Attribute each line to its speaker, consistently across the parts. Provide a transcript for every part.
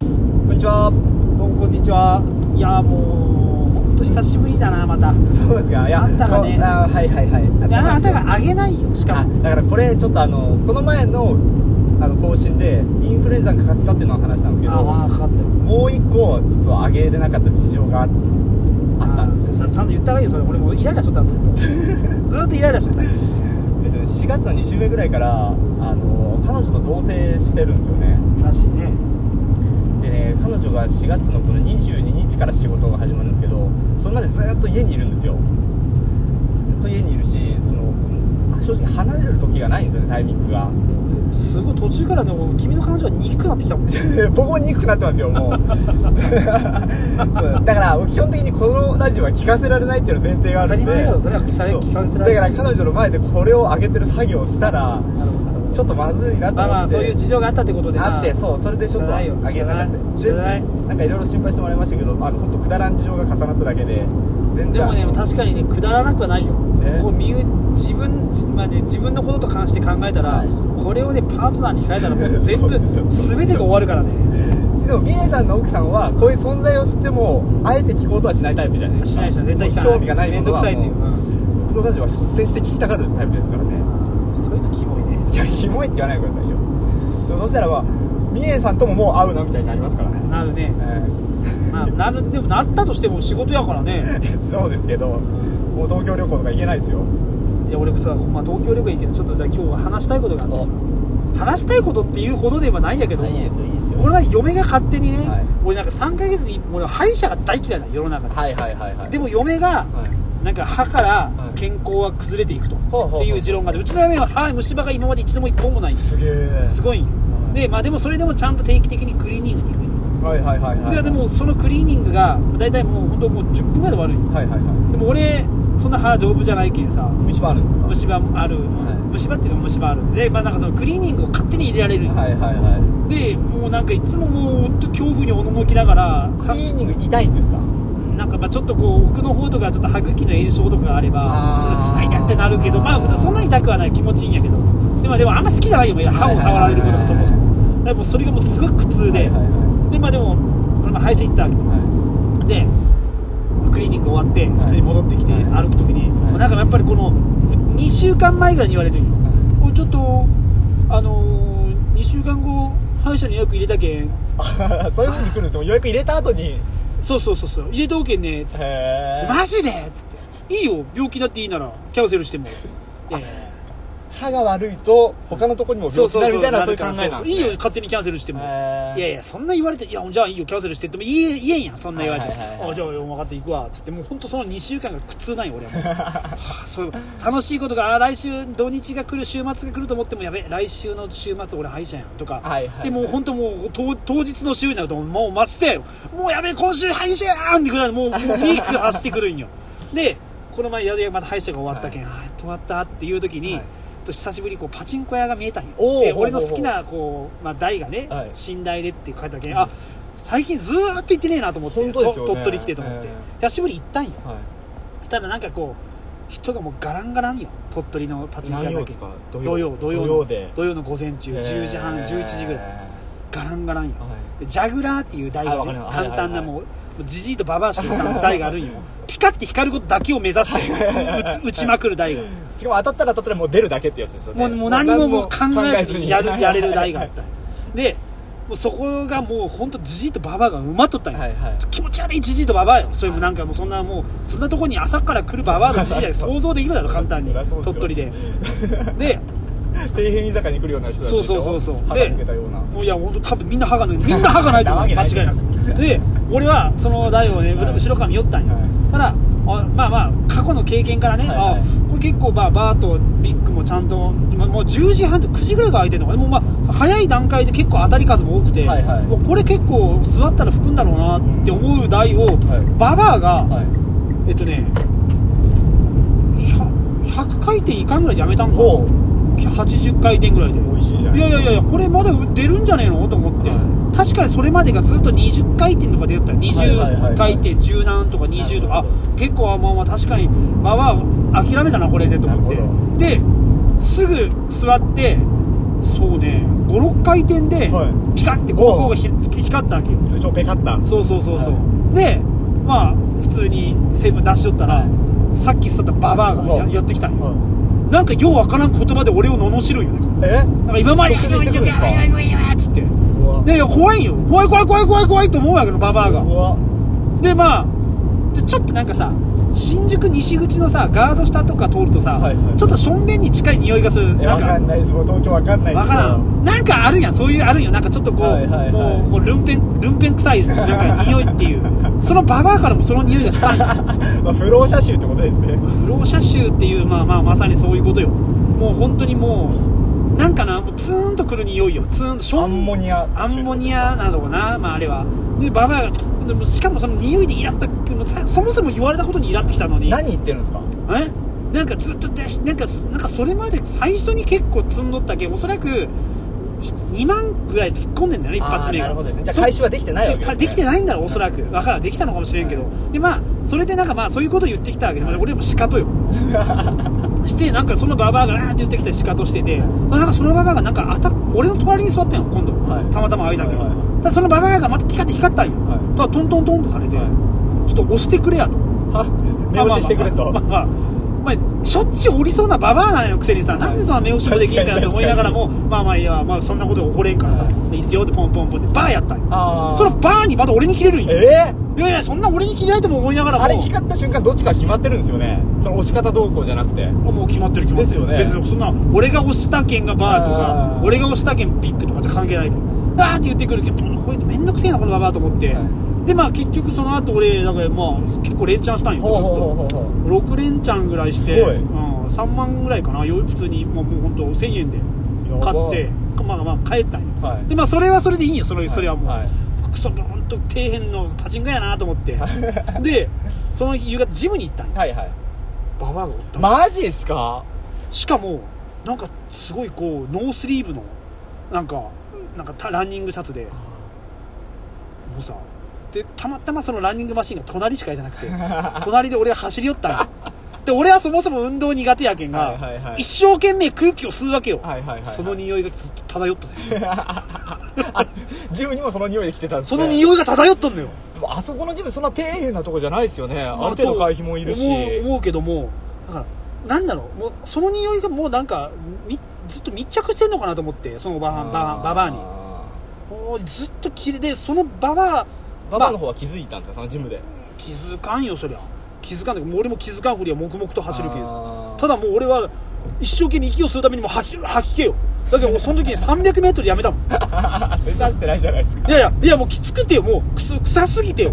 Speaker 1: にちは
Speaker 2: どうもこんにちはいやもうほんと久しぶりだなまた
Speaker 1: そうですかいや
Speaker 2: あんたがね
Speaker 1: こあはいはいはい
Speaker 2: いやあなた
Speaker 1: が
Speaker 2: があげないよしか
Speaker 1: あ
Speaker 2: も
Speaker 1: だからこれちょっとあのこの前のあの更新でインフルエンザがかかったっていうのを話したんですけど
Speaker 2: ああかかったよ
Speaker 1: もう一個ちょっと上げれなかった事情があったんですよ
Speaker 2: あーちゃんと言った方がいいよそれ俺もうイライラしとったのずっと ずっとイライラしとった
Speaker 1: 4月の2週目ぐらいからあの彼女と同棲してるんですよね
Speaker 2: らしいね
Speaker 1: でね彼女が4月のこの22日から仕事が始まるんですけどそれまでずっと家にいるんですよずっと家にいるしそのうん正直離れる時がないんですよねタイミングが
Speaker 2: すごい途中からねもう君の彼女が憎くなってきたもん
Speaker 1: ボコボコにくくなってますよもう そうだから基本的にこのラジオは聞かせられないっていう前提があ
Speaker 2: 当た
Speaker 1: るん
Speaker 2: り
Speaker 1: で
Speaker 2: 前だろそれはそれは聞かせら
Speaker 1: だ
Speaker 2: れ
Speaker 1: か
Speaker 2: ない
Speaker 1: ら彼女の前でこれを上げてる作業をしたら
Speaker 2: なるほどなるほど
Speaker 1: ちょっとまずいなと思って、
Speaker 2: まあまあそういう事情があったってことでな
Speaker 1: あってそうそれでちょっと
Speaker 2: 知らないよ
Speaker 1: 上げなかった
Speaker 2: 知らな
Speaker 1: で
Speaker 2: い
Speaker 1: なんかいろいろ心配してもらいましたけどあの本当くだらん事情が重なっただけで全然
Speaker 2: でもね
Speaker 1: あの
Speaker 2: 確かにねくだらなくはないよ、
Speaker 1: ね
Speaker 2: こう身内自分じまあね、自分のことと関して考えたら、
Speaker 1: はい
Speaker 2: これをねパートナーに変えたらもう 全
Speaker 1: そう
Speaker 2: 部
Speaker 1: ですよ
Speaker 2: 全てが終わるからね
Speaker 1: でもギネさんの奥さんはこういう存在を知ってもあえて聞こうとはしないタイプじゃないです
Speaker 2: し
Speaker 1: か
Speaker 2: ないしない絶対聞かない
Speaker 1: 興味がない
Speaker 2: 面
Speaker 1: こと
Speaker 2: 倒く
Speaker 1: は
Speaker 2: さいっていう、
Speaker 1: もうこの彼女は率先して聞きたがるタイプですからね
Speaker 2: うんそういうのキモいね
Speaker 1: いやキモいって言わないでくださいよでもそしたらまあミネさんとももう会うなみたいになりますからね
Speaker 2: なるね、まあ、なるでもなったとしても仕事やからね
Speaker 1: ええそうですけどもう東京旅行とか行けないですよ
Speaker 2: いや俺さ、まあ、東京旅行行けどちょっとじゃあ今日は話したいことがあってさ話したいことっていうほどではないんやけど
Speaker 1: あいいですよいいですよ
Speaker 2: これは嫁が勝手にね、
Speaker 1: はい
Speaker 2: 俺なんか3ヶ月に俺は歯医者が大嫌いなの世の中で、
Speaker 1: はいはいはいはい
Speaker 2: でも嫁が、
Speaker 1: はい
Speaker 2: なんか歯から
Speaker 1: はい
Speaker 2: 健康は崩れていくと、
Speaker 1: ほうほうほう
Speaker 2: っていう持論があってうちの嫁は歯虫歯が今まで一度も一本もないんです
Speaker 1: すげえ
Speaker 2: すごいんよ
Speaker 1: はい
Speaker 2: でまあでもそれでもちゃんと定期的にクリーニングに行くんよ
Speaker 1: はいはいはいはい
Speaker 2: ででもそのクリーニングが大体もう本当もう10分ぐらいで終わるんよ
Speaker 1: はいはいは
Speaker 2: でも俺そんな歯丈夫じゃないけんさ
Speaker 1: い虫歯あるんですか
Speaker 2: 虫歯もある、
Speaker 1: はい
Speaker 2: 虫歯っていうか虫歯あるんでまあなんかそのクリーニングを勝手に入れられるんよ、
Speaker 1: はいはいは
Speaker 2: でもうなんかいつももう本当恐怖におののきながら
Speaker 1: いク
Speaker 2: さ
Speaker 1: リーニング痛いんですか
Speaker 2: なんかまあちょっとこう奥の方とかちょっと歯茎の炎症とかがあれば
Speaker 1: あ
Speaker 2: ちょっ
Speaker 1: ー
Speaker 2: と痛い痛いってなるけどまあそんなに痛くはない気持ちいいんやけどでもでもあんま好きじゃないよ歯を触られることがそもそもだからもうそれがもうすごい苦痛
Speaker 1: はい
Speaker 2: で、
Speaker 1: はいは
Speaker 2: でまあでもこの前歯医者行ったわけ
Speaker 1: い は
Speaker 2: でクリーニング終わって普通に戻ってきて
Speaker 1: はい
Speaker 2: 歩く時に、
Speaker 1: はい
Speaker 2: もうなんかやっぱりこの2週間前ぐらいに言われてるよおいちょっとあのー、2週間後歯医者に予約入れたけん
Speaker 1: いそういう風に来るんですよ予約入れた後にへ
Speaker 2: そうそうそうそう入れておけんねつって
Speaker 1: え
Speaker 2: マジでっつって「いいよ病気だっていいならキャンセルしても」いやいや
Speaker 1: 歯が悪いと他のとこにも病気になるみたいなそういう考えなんですね
Speaker 2: いいよ勝手にキャンセルしても」
Speaker 1: へー
Speaker 2: いやいやそんな言われて「いやじゃあいいよキャンセルして」っても言え言えんやんそんな言われて「
Speaker 1: はいはいはいはい
Speaker 2: あじゃあ分かっていくわ」っつってもう本当その2週間が苦痛なんよ俺 はもうはあそういう楽しいことがあ来週土日が来る週末が来ると思ってもやべ来週の週末俺歯医者やんとか、
Speaker 1: はいはい
Speaker 2: でもう本当もう当当日の週になるともう待ってよもうやべ今週歯医者やんってぐらいのもうもうピーク走ってくる んよでこの前やでまた歯医者が終わったけん、あやっと終わったっていう時に、
Speaker 1: はい
Speaker 2: と久しぶりにこうパチンコ屋が見えたんよ
Speaker 1: おー
Speaker 2: で
Speaker 1: ほう
Speaker 2: 俺
Speaker 1: ほうほう
Speaker 2: の好きなこう、まあ、台がね、
Speaker 1: はい
Speaker 2: 寝台でって書いたけんあ最近ずーっと行ってねえなと思って
Speaker 1: 本当ですよね
Speaker 2: と鳥取来てと思って、
Speaker 1: え
Speaker 2: 久しぶりに行ったんよ
Speaker 1: は
Speaker 2: そしたらなんかこう人がもうガランガランよ鳥取のパ
Speaker 1: い
Speaker 2: チンコ屋
Speaker 1: 何
Speaker 2: だ
Speaker 1: 曜
Speaker 2: け
Speaker 1: です
Speaker 2: ど
Speaker 1: か
Speaker 2: 土曜土曜
Speaker 1: 土
Speaker 2: の
Speaker 1: 曜で
Speaker 2: 土曜の午前中
Speaker 1: へー
Speaker 2: 10時半11時ぐらいガランガランよ、
Speaker 1: は
Speaker 2: でジャグラーっていう台
Speaker 1: あ
Speaker 2: が
Speaker 1: わか
Speaker 2: ね、
Speaker 1: ります
Speaker 2: 簡単な
Speaker 1: はいはいはい
Speaker 2: もうじじいとババアしか台があるんよピカって光ることだけを目指して打つ打ちまくる台が
Speaker 1: いしかも当たったら当たったらもう出るだけってやつですよ
Speaker 2: も
Speaker 1: ね
Speaker 2: うもう何ももう考えずにやるやれる台があっ
Speaker 1: は
Speaker 2: たでもうそこがもう本当じじいとばばあが埋まっとったん
Speaker 1: い
Speaker 2: よ、
Speaker 1: はい
Speaker 2: 気持ち悪いじじいとばばあよそれもなんかもうそんなもうそんなとこに朝から来るばばあのじじいは想像できるだろ簡単に
Speaker 1: そりゃそうですよ
Speaker 2: 鳥取で で
Speaker 1: 底辺居酒屋に来るような人たちでしょ
Speaker 2: そうそうそうそう
Speaker 1: 歯が
Speaker 2: で
Speaker 1: 抜けたような
Speaker 2: もういや本当多分みんな歯がないみんな歯がない と思う
Speaker 1: なわ
Speaker 2: 間
Speaker 1: けな
Speaker 2: 違
Speaker 1: い
Speaker 2: いなくで俺はその台をね
Speaker 1: はい
Speaker 2: 後ろから見よったんよ、
Speaker 1: はい
Speaker 2: ただあまあまあ過去の経験からね、
Speaker 1: はいはい
Speaker 2: あこれ結構まあバーとビッグもちゃんとまもう10時半と9時ぐらいが空いてるのかねもうまあ早い段階で結構当たり数も多くて、
Speaker 1: はいはい
Speaker 2: もうこれ結構座ったら吹くんだろうなって思う台を、
Speaker 1: い
Speaker 2: ババアが、
Speaker 1: はい
Speaker 2: えっとね 100, 100回転いかんぐらいでやめたんかな
Speaker 1: ほう
Speaker 2: 80回転ぐらいで
Speaker 1: 美味しいじゃないで
Speaker 2: いや
Speaker 1: すか
Speaker 2: いやいやいやこれまだ出るんじゃねえのと思って、
Speaker 1: は
Speaker 2: 確かにそれまでがずっと20回転とか出よったよ
Speaker 1: はいはいはいは
Speaker 2: 20
Speaker 1: い
Speaker 2: 回転柔軟とか20と
Speaker 1: な
Speaker 2: か、
Speaker 1: るほ
Speaker 2: あ結構あまあまあ確かにまあまあ諦めたなこれでと思
Speaker 1: なるほ
Speaker 2: ってですぐ座ってそうね56回転で
Speaker 1: は
Speaker 2: ピカッてこの方がひ光ったわけよ
Speaker 1: 通常ペカッタ
Speaker 2: そうそうそうそう、でまあ普通にセブン出しとったら、
Speaker 1: は
Speaker 2: さっき座ったババアがや
Speaker 1: はい
Speaker 2: 寄ってきたんよ
Speaker 1: は
Speaker 2: なんかようわからん言葉で俺を罵るんよね
Speaker 1: いえ
Speaker 2: なんか今まで
Speaker 1: 直接言ってくるんですか
Speaker 2: やいやいやいやつって
Speaker 1: うわ
Speaker 2: で怖いよ怖い怖い怖い怖い怖いと思うわけのババアが
Speaker 1: うわ
Speaker 2: でまあでちょっとなんかさ新宿西口のさガード下とか通るとさ、
Speaker 1: はいはい
Speaker 2: ちょっとしょんべんに近い匂いがする
Speaker 1: え
Speaker 2: な
Speaker 1: わ
Speaker 2: ん
Speaker 1: か
Speaker 2: か
Speaker 1: んないですもう東京わかんないです
Speaker 2: わからんなんかあるやんそういうあるんよなんかちょっとこう、
Speaker 1: はいはいはい
Speaker 2: もうこうルンペンルンペン臭いなんか匂いっていう そのババアからもその匂いがしたんよ
Speaker 1: まあ不老者臭ってことですね
Speaker 2: 不老者臭っていう、まあ、まあまさにそういうことよもう本当にもうなんかなもうツーンとくる匂いよツーンしょん
Speaker 1: アンモニア
Speaker 2: アンモニアなのかな、まあ、あれはでババアがでもしかもその匂いでイラッともうさそもそも言われたことにイラってきたのに
Speaker 1: 何言ってるんですか
Speaker 2: えなんかずっとでしなんかなんかそれまで最初に結構積んどったけんおそらく2万ぐらい突っ込んでんだよね一発目
Speaker 1: あーな
Speaker 2: が
Speaker 1: るほどですねじゃあ回収はできてないわけです、
Speaker 2: で
Speaker 1: ね、
Speaker 2: きてないんだろうおそらくわからんできたのかもしれんけど、でまあそれでなんかまあそういうことを言ってきたわけで、まあ、俺もしか とよしてなんかそのババアがあーって言ってきてしかとしててなんかそのババアがなんかあた俺の隣に座ってんの今度、
Speaker 1: はい
Speaker 2: たまたま間けど、
Speaker 1: はいはいは
Speaker 2: ただそのババアがまたピカって光ったんよ、
Speaker 1: はい
Speaker 2: だからトントントンとされて、
Speaker 1: はい
Speaker 2: ちょっと押してくれやと
Speaker 1: は目押ししてくれと、
Speaker 2: まあまあまあまあまあしょっちゅうおりそうなババアなのくせにさ、なんでそんな目押しもできんかなと思いながらも、まあまあいや、まあそんなこと起これんからさ、
Speaker 1: はい
Speaker 2: い、いっすよってポンポンポンってバーやったんよ。
Speaker 1: あー
Speaker 2: そのバーにまた俺に切れるんよ。
Speaker 1: え
Speaker 2: いやいや、そんな俺に切れないとも思いながら
Speaker 1: ー、
Speaker 2: も、
Speaker 1: あれ光った瞬間どっちか決まってるんですよねその押し方どうこうじゃなくて
Speaker 2: あもう決まってる決まっ
Speaker 1: で
Speaker 2: てる。
Speaker 1: すよね
Speaker 2: 別にそんな、俺が押した剣がバーとか
Speaker 1: あ、ー
Speaker 2: 俺が押した剣ビッグとかじゃ関係ないけど、あーって言ってくるけど、こいつめんどくせえな、このババアと思って。
Speaker 1: は
Speaker 2: で、まあ結局その後俺、だからまあ結構連チャンしたんよ。
Speaker 1: ほう
Speaker 2: ずっ
Speaker 1: ほう
Speaker 2: と
Speaker 1: ほうほうほ
Speaker 2: 6連チャンぐらいして
Speaker 1: すごい
Speaker 2: うん、3万ぐらいかなよ普通にもうもう本当1000円で
Speaker 1: やば
Speaker 2: 買ってまあまあ帰ったんよ、
Speaker 1: はい
Speaker 2: でまあそれはそれでいいんよそれ,、それはもう、
Speaker 1: はい
Speaker 2: クソ本当底辺のパチンコやなと 思ってでその日夕方ジムに行ったんよ
Speaker 1: はいはい
Speaker 2: ババアがおった、
Speaker 1: マジっすか
Speaker 2: しかもなんかすごいこうノースリーブのなんかなんかたランニングシャツでもうさでたまたまそのランニングマシンが隣しかじゃ なくて隣で俺は走り寄ったんよで俺はそもそも運動苦手やけんが、
Speaker 1: はいはいはい
Speaker 2: 一生懸命空気を吸うわけよ、
Speaker 1: はいはいはいはい
Speaker 2: その 匂いがずっと漂って たんです
Speaker 1: あジムにもその匂いで来てたんです、
Speaker 2: そ
Speaker 1: ね、
Speaker 2: の匂いが漂っとんのよ
Speaker 1: でもあそこのジムそんな底辺なとこじゃないですよねある程度会費もいるし
Speaker 2: 思う思うけどもだからなんだろうもうその匂いがもうなんかみずっと密着してんのかなと思ってそのバババババアにもうずっと切れでそのババア
Speaker 1: ババアの方
Speaker 2: まあ
Speaker 1: は気づいたんですかそのジムで
Speaker 2: 気づかんよそりゃ気づかんでもう俺も気づかんふりは黙々と走るけ
Speaker 1: あ
Speaker 2: ど
Speaker 1: ー
Speaker 2: ただもう俺は一生懸命息を吸うためにもう吐き吐き気よだけどもうその時に 300m やめたもん
Speaker 1: 目指してないじゃないですか
Speaker 2: いやいやいやもうきつくてよもうくす臭すぎてよ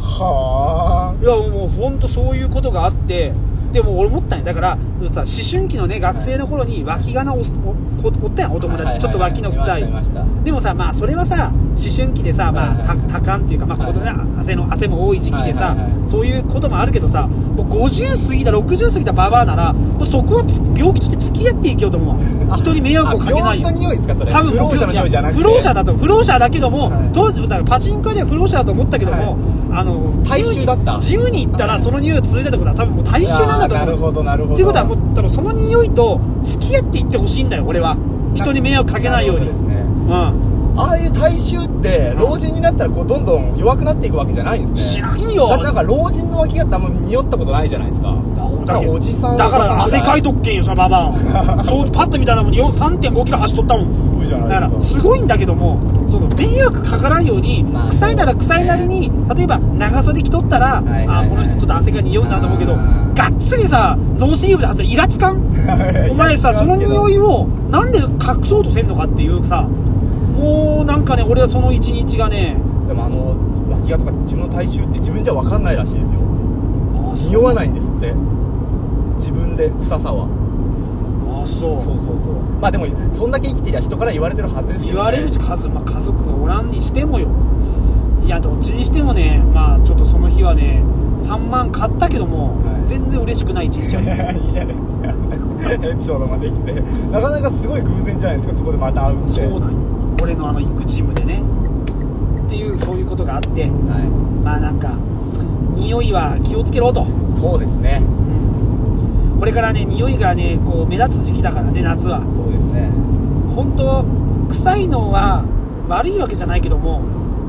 Speaker 1: はい
Speaker 2: やもう本当そういうことがあってでも俺思ったんやだからさ思春期のね学生の頃に脇がなおおこおったやんお
Speaker 1: あ
Speaker 2: 友達ちょっと脇の臭い
Speaker 1: 見ました見まし
Speaker 2: でもさまあそれはさ思春期でさまあ
Speaker 1: はいは
Speaker 2: た
Speaker 1: い
Speaker 2: 多感っていうかまあ
Speaker 1: はい
Speaker 2: 子供な汗の汗も多い時期でさ
Speaker 1: はいはいはい
Speaker 2: そういうこともあるけどさもう50過ぎた60過ぎたババアならもうそこはつ病気として付き合っていけようと思う わ人に迷惑をかけな
Speaker 1: 病
Speaker 2: い
Speaker 1: 気
Speaker 2: よ
Speaker 1: の匂いですかそれ
Speaker 2: 多分
Speaker 1: 不老者の匂いじゃなくて
Speaker 2: 不老者だと不老者だけども、
Speaker 1: はい
Speaker 2: 当時だからパチンコ屋では不老者だと思ったけども、あの
Speaker 1: 大衆
Speaker 2: ジムに
Speaker 1: だった
Speaker 2: ジムに行ったらその匂いが続いたってことは多分もう大衆なん
Speaker 1: いやーな
Speaker 2: だと
Speaker 1: る
Speaker 2: 思う
Speaker 1: ほどなるほど
Speaker 2: っていうことはもう多分その匂いと付き合っていってほしいんだよ俺は人に迷惑かけないように
Speaker 1: るほどですね
Speaker 2: うん
Speaker 1: ああいう大衆って老人になったらこうどんどん弱くなっていくわけじゃないんですね
Speaker 2: 知らん
Speaker 1: だ
Speaker 2: よ
Speaker 1: ってなんか老人の脇がってあんま匂ったことないじゃないですかだからおじさん
Speaker 2: だから汗かい
Speaker 1: と
Speaker 2: とっけんよその ババアそうパッと見たらもうよ3 5キロ走っとったもん
Speaker 1: すごいじゃ
Speaker 2: だか
Speaker 1: ないで
Speaker 2: ら
Speaker 1: す
Speaker 2: すごいんだけどもその迷惑かからんように
Speaker 1: まあ
Speaker 2: 臭いなら臭いなりに例えば長袖着とったら、
Speaker 1: はいはいはい
Speaker 2: あーこの人ちょっと汗が匂うなと思うけど
Speaker 1: あー
Speaker 2: がっつりさノースリーブで走ったらイラつかん
Speaker 1: か
Speaker 2: お前さその匂
Speaker 1: い
Speaker 2: いをなんで隠そうとせんのかっていうさもうなんかね俺はその一日がね
Speaker 1: でもあの脇がとか自分の体臭って自分じゃ分かんないらしいですよ
Speaker 2: あーそう
Speaker 1: 匂わないんですって自分で臭さは
Speaker 2: あーそう
Speaker 1: そうそうそうまあでもそんだけ生きてりゃ人から言われてるはずですけど、
Speaker 2: 言
Speaker 1: ね、
Speaker 2: われるし家族,、まあ、家族がおらんにしてもよいやどっちにしてもねまあちょっとその日はね3万買ったけども、
Speaker 1: はい
Speaker 2: 全然嬉しくない一日やった
Speaker 1: いやいいじゃないですかエピソードまで来てなかなかすごい偶然じゃないですかそこでまた会うんで
Speaker 2: そうなんよ俺のあの行くチームでねっていうそういうことがあって
Speaker 1: は
Speaker 2: まあなんか匂いは気をつけろと、
Speaker 1: い、そうですね
Speaker 2: これからね匂いがねこう目立つ時期だからね夏は
Speaker 1: そうですね
Speaker 2: 本当臭いのは悪いわけじゃないけども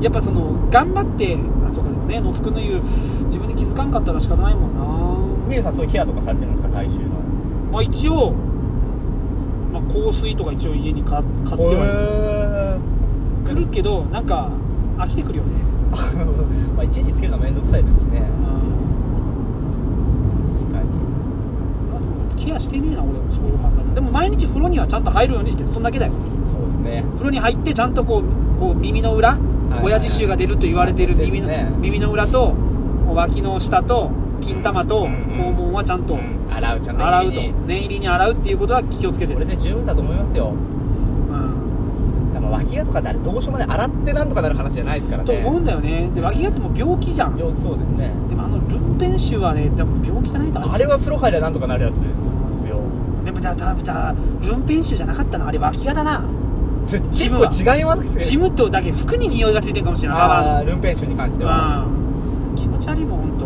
Speaker 2: やっぱその頑張ってあそうかでもね野津くんの言う自分で気づかんかったら仕方ないもん
Speaker 1: みゆさんそういうケアとかされてるんですか体臭の
Speaker 2: な、まあ、一応、まあ、香水とか一応家に買買っては
Speaker 1: へ
Speaker 2: くるけどなんか飽きてくるよね
Speaker 1: ー まあいちいちつけるの面倒くさいですしね
Speaker 2: うん
Speaker 1: 確かに
Speaker 2: ケアしてねえな俺もそういう考えでも毎日風呂にはちゃんと入るようにしてるそんだけだよ
Speaker 1: そうですね
Speaker 2: 風呂に入ってちゃんとこうこう耳の裏、
Speaker 1: はい
Speaker 2: 親父臭が出ると言われてる耳の,、
Speaker 1: ですね
Speaker 2: 耳の裏と脇の下と金玉と
Speaker 1: う
Speaker 2: 肛
Speaker 1: んうん
Speaker 2: 門はちゃんと
Speaker 1: 洗うちゃんと
Speaker 2: 洗うと
Speaker 1: 念入りに
Speaker 2: 念入りに洗うっていうことは気をつけて
Speaker 1: これ
Speaker 2: る、
Speaker 1: で十分だと思いますよ
Speaker 2: うん、
Speaker 1: でも脇がとかってあれどうしようもない洗ってなんとかなる話じゃないですからね
Speaker 2: と思うんだよねで脇がってもう病気じゃんで
Speaker 1: よくそうですね
Speaker 2: もあのルンペン臭はね多分病気じゃないと思う
Speaker 1: あれは風呂入りゃなんとかなるやつですよ
Speaker 2: でもだだだルンペン臭じゃなかったなあれ脇がだな
Speaker 1: ち結
Speaker 2: ジム
Speaker 1: 構
Speaker 2: は
Speaker 1: 違いますね
Speaker 2: ジムとだけ服に匂いがついてるかもしれないラバーの
Speaker 1: ああルンペン臭に関しては
Speaker 2: うん気持ち悪いもん本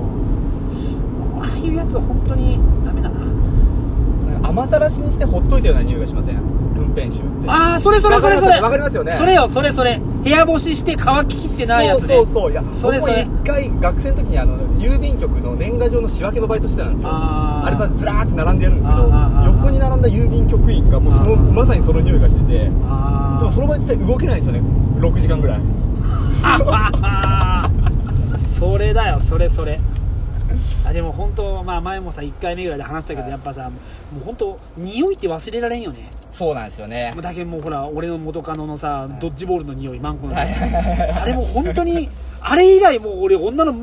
Speaker 2: 当ああいうやつ本当にダメだな
Speaker 1: なんか雨ざらしにしてほっといたような匂いがしませんルンペン臭って
Speaker 2: ああそれそれそれそれ
Speaker 1: わかりますよね
Speaker 2: それよそれそれ部屋干しして乾ききってないやつね
Speaker 1: そうそうそういや
Speaker 2: それ
Speaker 1: 僕も
Speaker 2: それ
Speaker 1: 一回学生の時にあの郵便局の年賀状の仕分けのバイトしてたんですよ
Speaker 2: あー
Speaker 1: ればずらーって並んでやるんですけど
Speaker 2: あーあーあー
Speaker 1: 横に並んだ郵便局員がもうその
Speaker 2: あー
Speaker 1: まさにその匂いがしててで
Speaker 2: あ
Speaker 1: もその場合自体動けないんですよね6時間ぐらい
Speaker 2: あそれだよそれそれあでも本当まあ前もさ1回目ぐらいで話したけど、
Speaker 1: はい
Speaker 2: やっぱさもう本当匂いって忘れられんよね
Speaker 1: そうなんですよね
Speaker 2: もうだけどもうほら俺の元カノのさ、ドッジボールの匂いマンコの匂
Speaker 1: はいいはいはいはい
Speaker 2: あれもう本当に、 あれ以来もう俺女のの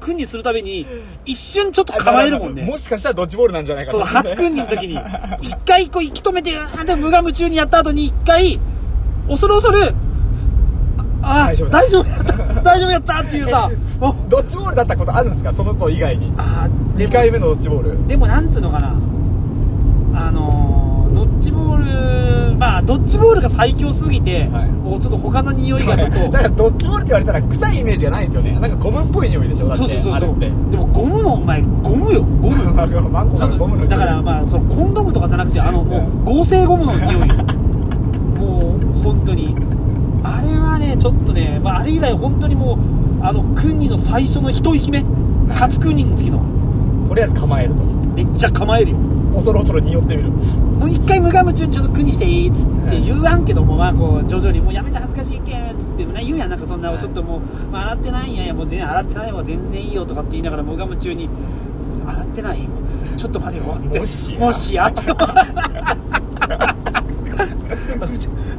Speaker 2: 君にするたびに、一瞬ちょっと構えるもんね。
Speaker 1: もしかしたらドッジボールなんじゃないか
Speaker 2: そう、初君にの時に、一回こう息止めて、あーって無我夢中にやった後に一回、恐る恐る、ああ
Speaker 1: 大丈
Speaker 2: ー、
Speaker 1: 夫だ
Speaker 2: 大丈夫やった、大丈夫やったってい うさ、お
Speaker 1: ドッジボールだったことあるんですかその子以外に
Speaker 2: あーで
Speaker 1: 2
Speaker 2: も
Speaker 1: 回目のドッジボール
Speaker 2: でもなんつうのかな、あのー、ドッジボール、まあ、ドッジボールが最強すぎて、
Speaker 1: はい
Speaker 2: もうちょっと他の匂い がちょっと、
Speaker 1: だからドッジボールって言われたら臭いイメージがないんですよねなんかゴムっぽい匂いでしょだって
Speaker 2: そうそうそう
Speaker 1: あれ
Speaker 2: そ
Speaker 1: っ
Speaker 2: う。
Speaker 1: て
Speaker 2: でもゴムもお前、ゴムよ、ゴム。
Speaker 1: マンゴーのゴムの匂い
Speaker 2: だからまあそのコンドームとかじゃなくてあのもう合成ゴムの匂いもう本当にあれはねちょっとね、まあ、あれ以来本当にもうあのクンニの最初の一息目初クンニの時の
Speaker 1: とりあえず構えると
Speaker 2: めっちゃ構えるよも
Speaker 1: 恐る恐る匂ってみる
Speaker 2: う一回無我夢中にちょっとクンニしていいっつって言わんけども、まあこう徐々にもうやめて恥ずかしいけんっつってね言うやんなんかそん
Speaker 1: は
Speaker 2: ないちょっともう、まあ洗ってないんやいやもう全然洗ってないわ全然いいよとかって言いながら無我夢中に洗ってないちょっと待てよって
Speaker 1: もしや
Speaker 2: もしやって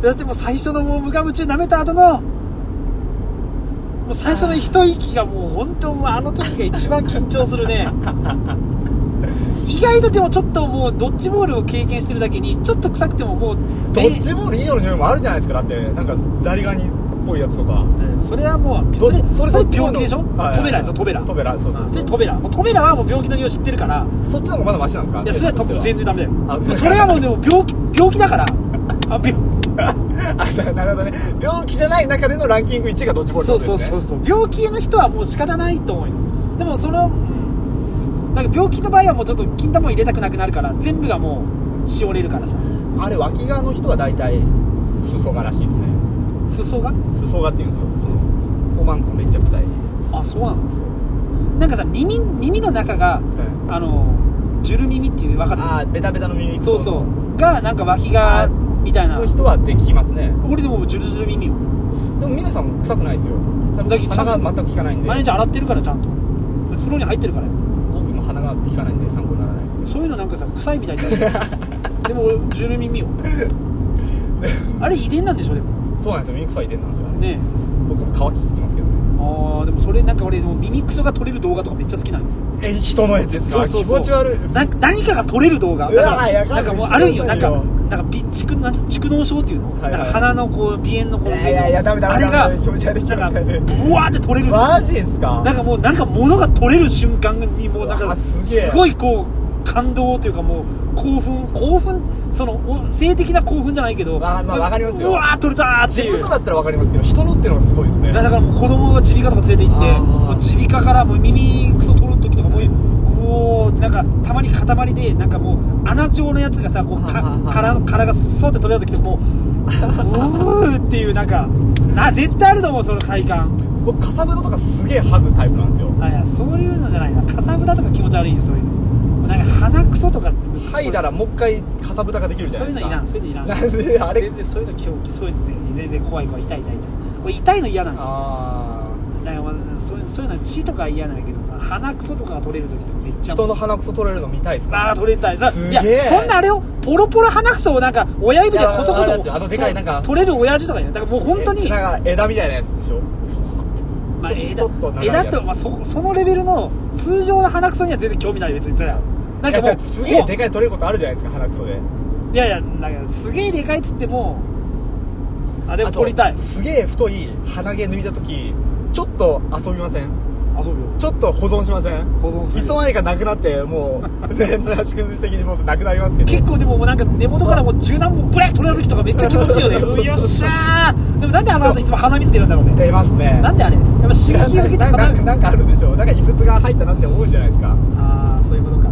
Speaker 2: だってもう最初のもう無我夢中舐めた後のもう最初の一息がもう本当もうあの時が一番緊張するね意外とでもちょっともうドッジボールを経験してるだけにちょっと臭くてももう
Speaker 1: ドッジボール以上の匂いもあるじゃないですかだってなんかザリガニっぽいやつとか
Speaker 2: それはもう
Speaker 1: ど
Speaker 2: それそれ
Speaker 1: そっちの
Speaker 2: 病気でしょ、
Speaker 1: はい
Speaker 2: トベラですよトベラ
Speaker 1: トベラそうそう
Speaker 2: それトベラもうトベラはもう病気の匂い知ってるから
Speaker 1: そっちの方がまだマシなんですか
Speaker 2: いやそれは多分全然ダメだよ
Speaker 1: あ
Speaker 2: もうそれはもうでも病気病気だからあ病
Speaker 1: あなるほどね病気じゃない中でのランキング1位がドッジボール
Speaker 2: そう
Speaker 1: って
Speaker 2: そ
Speaker 1: こ
Speaker 2: う
Speaker 1: とです
Speaker 2: そ
Speaker 1: ね
Speaker 2: うそう病気の人はもう仕方ないと思うよでもそれはうんなんか病気の場合はもうちょっと金玉を入れたくなくなるから全部がもうしおれるからさ
Speaker 1: あれ脇側の人は大体裾がらしいですね
Speaker 2: 裾が
Speaker 1: 裾がっていうんですよそのおまんこめっちゃ臭い
Speaker 2: あそうなのなんかさ耳耳の中があのジュル耳っていう分かる
Speaker 1: ああベタベタの耳
Speaker 2: そうそうがなんか脇が
Speaker 1: あ
Speaker 2: みたいな
Speaker 1: の人はって聞きますね
Speaker 2: 俺でもジュルジュル耳よ
Speaker 1: でも皆さんも臭くないですよ多
Speaker 2: だ
Speaker 1: 分
Speaker 2: けど
Speaker 1: 鼻が全く効かないんで
Speaker 2: 毎日洗ってるからちゃんと風呂に入ってるからよ
Speaker 1: 僕も鼻が効かないんで参考にならないですけど
Speaker 2: そういうのなんかさ臭いみたいにな るでも俺ジュル 耳よあれ遺伝なんでしょでも
Speaker 1: そうなんですよ耳臭い遺伝なんですよあれ
Speaker 2: ねえ
Speaker 1: 僕も乾ききってますけどね
Speaker 2: あーでもそれなんか俺もう耳クソが取れる動画とかめっちゃ好きなんよ
Speaker 1: え人のやつですか気持ち悪い
Speaker 2: なんか何かが取れる動画
Speaker 1: うわ
Speaker 2: なんか
Speaker 1: いや
Speaker 2: なんかもうあ
Speaker 1: 勘
Speaker 2: る
Speaker 1: 弁
Speaker 2: ん
Speaker 1: して
Speaker 2: よ
Speaker 1: く
Speaker 2: な
Speaker 1: ださ
Speaker 2: んか
Speaker 1: いよ
Speaker 2: なんかび蓄なんて蓄膿症っていうの、
Speaker 1: はいはい
Speaker 2: なんか鼻のこう鼻炎のこ
Speaker 1: い
Speaker 2: の
Speaker 1: やいやいやダメダメ
Speaker 2: あれ
Speaker 1: ダ
Speaker 2: が
Speaker 1: メ気持ち悪い気持ち
Speaker 2: なんか
Speaker 1: 悪い
Speaker 2: ブワーって取れる
Speaker 1: マジですか
Speaker 2: なんかもうなんか物が取れる瞬間にもうなん
Speaker 1: う
Speaker 2: か
Speaker 1: わすげえ
Speaker 2: すごいこう感動というかもう興奮興奮そのお性的な興奮じゃないけど
Speaker 1: まあまあわかりますよ
Speaker 2: うわー取れたーっ
Speaker 1: 自
Speaker 2: ていう
Speaker 1: 分のだったらわかりますけど人のってのがすごいですね
Speaker 2: いやだからもう子供が耳鼻科とか連れて行って
Speaker 1: あー
Speaker 2: もう耳鼻科からもう耳クソ取る時とかもううおーなんかたまに塊でなんかもう穴状のやつがさこうか
Speaker 1: はいはいはい
Speaker 2: 殻殻がそって取れた時とかもうおーっていうなんかな絶対あると思うその快感
Speaker 1: 僕かさぶたとかすげえ剥ぐタイプなんですよ
Speaker 2: あいやそういうのじゃないなかさぶたとか気持ち悪いよそういうのなんか鼻くそとか
Speaker 1: 剥いだらもう一回かさぶたができるじゃ
Speaker 2: そう
Speaker 1: ない
Speaker 2: いう
Speaker 1: で
Speaker 2: の
Speaker 1: す
Speaker 2: いらん
Speaker 1: か
Speaker 2: そういうのいらん
Speaker 1: なんであれ
Speaker 2: 全然そういうの狂気そういうの全然怖い怖い痛い痛い痛いこれ痛いの嫌なの
Speaker 1: あ
Speaker 2: だからまあそういうそういうのは血とかは嫌なんだけどさ鼻くそとかが取れる時とかめっ
Speaker 1: ー
Speaker 2: ちゃ
Speaker 1: 人の鼻くそ取れるの見たいですか
Speaker 2: ああ取れたいさ
Speaker 1: す
Speaker 2: い
Speaker 1: げえ
Speaker 2: やそんなあれをポロポロ鼻くそをなんか親指でコソ
Speaker 1: いやあれ
Speaker 2: コ
Speaker 1: です
Speaker 2: ソ
Speaker 1: よあのでかいなんか
Speaker 2: と取れる親父とかいないだからもう本当に
Speaker 1: えなんか枝みたいなやつでしょ
Speaker 2: まあ、
Speaker 1: ちょ
Speaker 2: 枝
Speaker 1: ちょっと長いやつ
Speaker 2: 枝と、まあ、そそのレベルの通常の鼻くそには全然興味ない別にそれはなんか
Speaker 1: い
Speaker 2: も
Speaker 1: や
Speaker 2: う
Speaker 1: すげえ
Speaker 2: もう
Speaker 1: でかい取れることあるじゃないですか鼻くそで
Speaker 2: いやいやなんかすげえでかいっつってもあでも
Speaker 1: あと
Speaker 2: 取りたい
Speaker 1: すげえ太い鼻毛抜いた時ちょっと遊びません
Speaker 2: 遊ぶよ
Speaker 1: ちょっと保存しません
Speaker 2: 保存する
Speaker 1: いつの間にかなくなってもうねなし崩し的にもうなくなりますけど
Speaker 2: 結構でももうなんか根元からもう柔軟もブレッ取れた時とかめっちゃ気持ちいいよ ねうんよっしゃーでもなんであの後いつも鼻水出るんだろうね
Speaker 1: 出ますね
Speaker 2: なんであれやっぱ刺激を受けて
Speaker 1: なん
Speaker 2: 鼻
Speaker 1: かなんかあるんでしょうなんか異物が入ったなって思うんじゃないですか
Speaker 2: ああそういうことか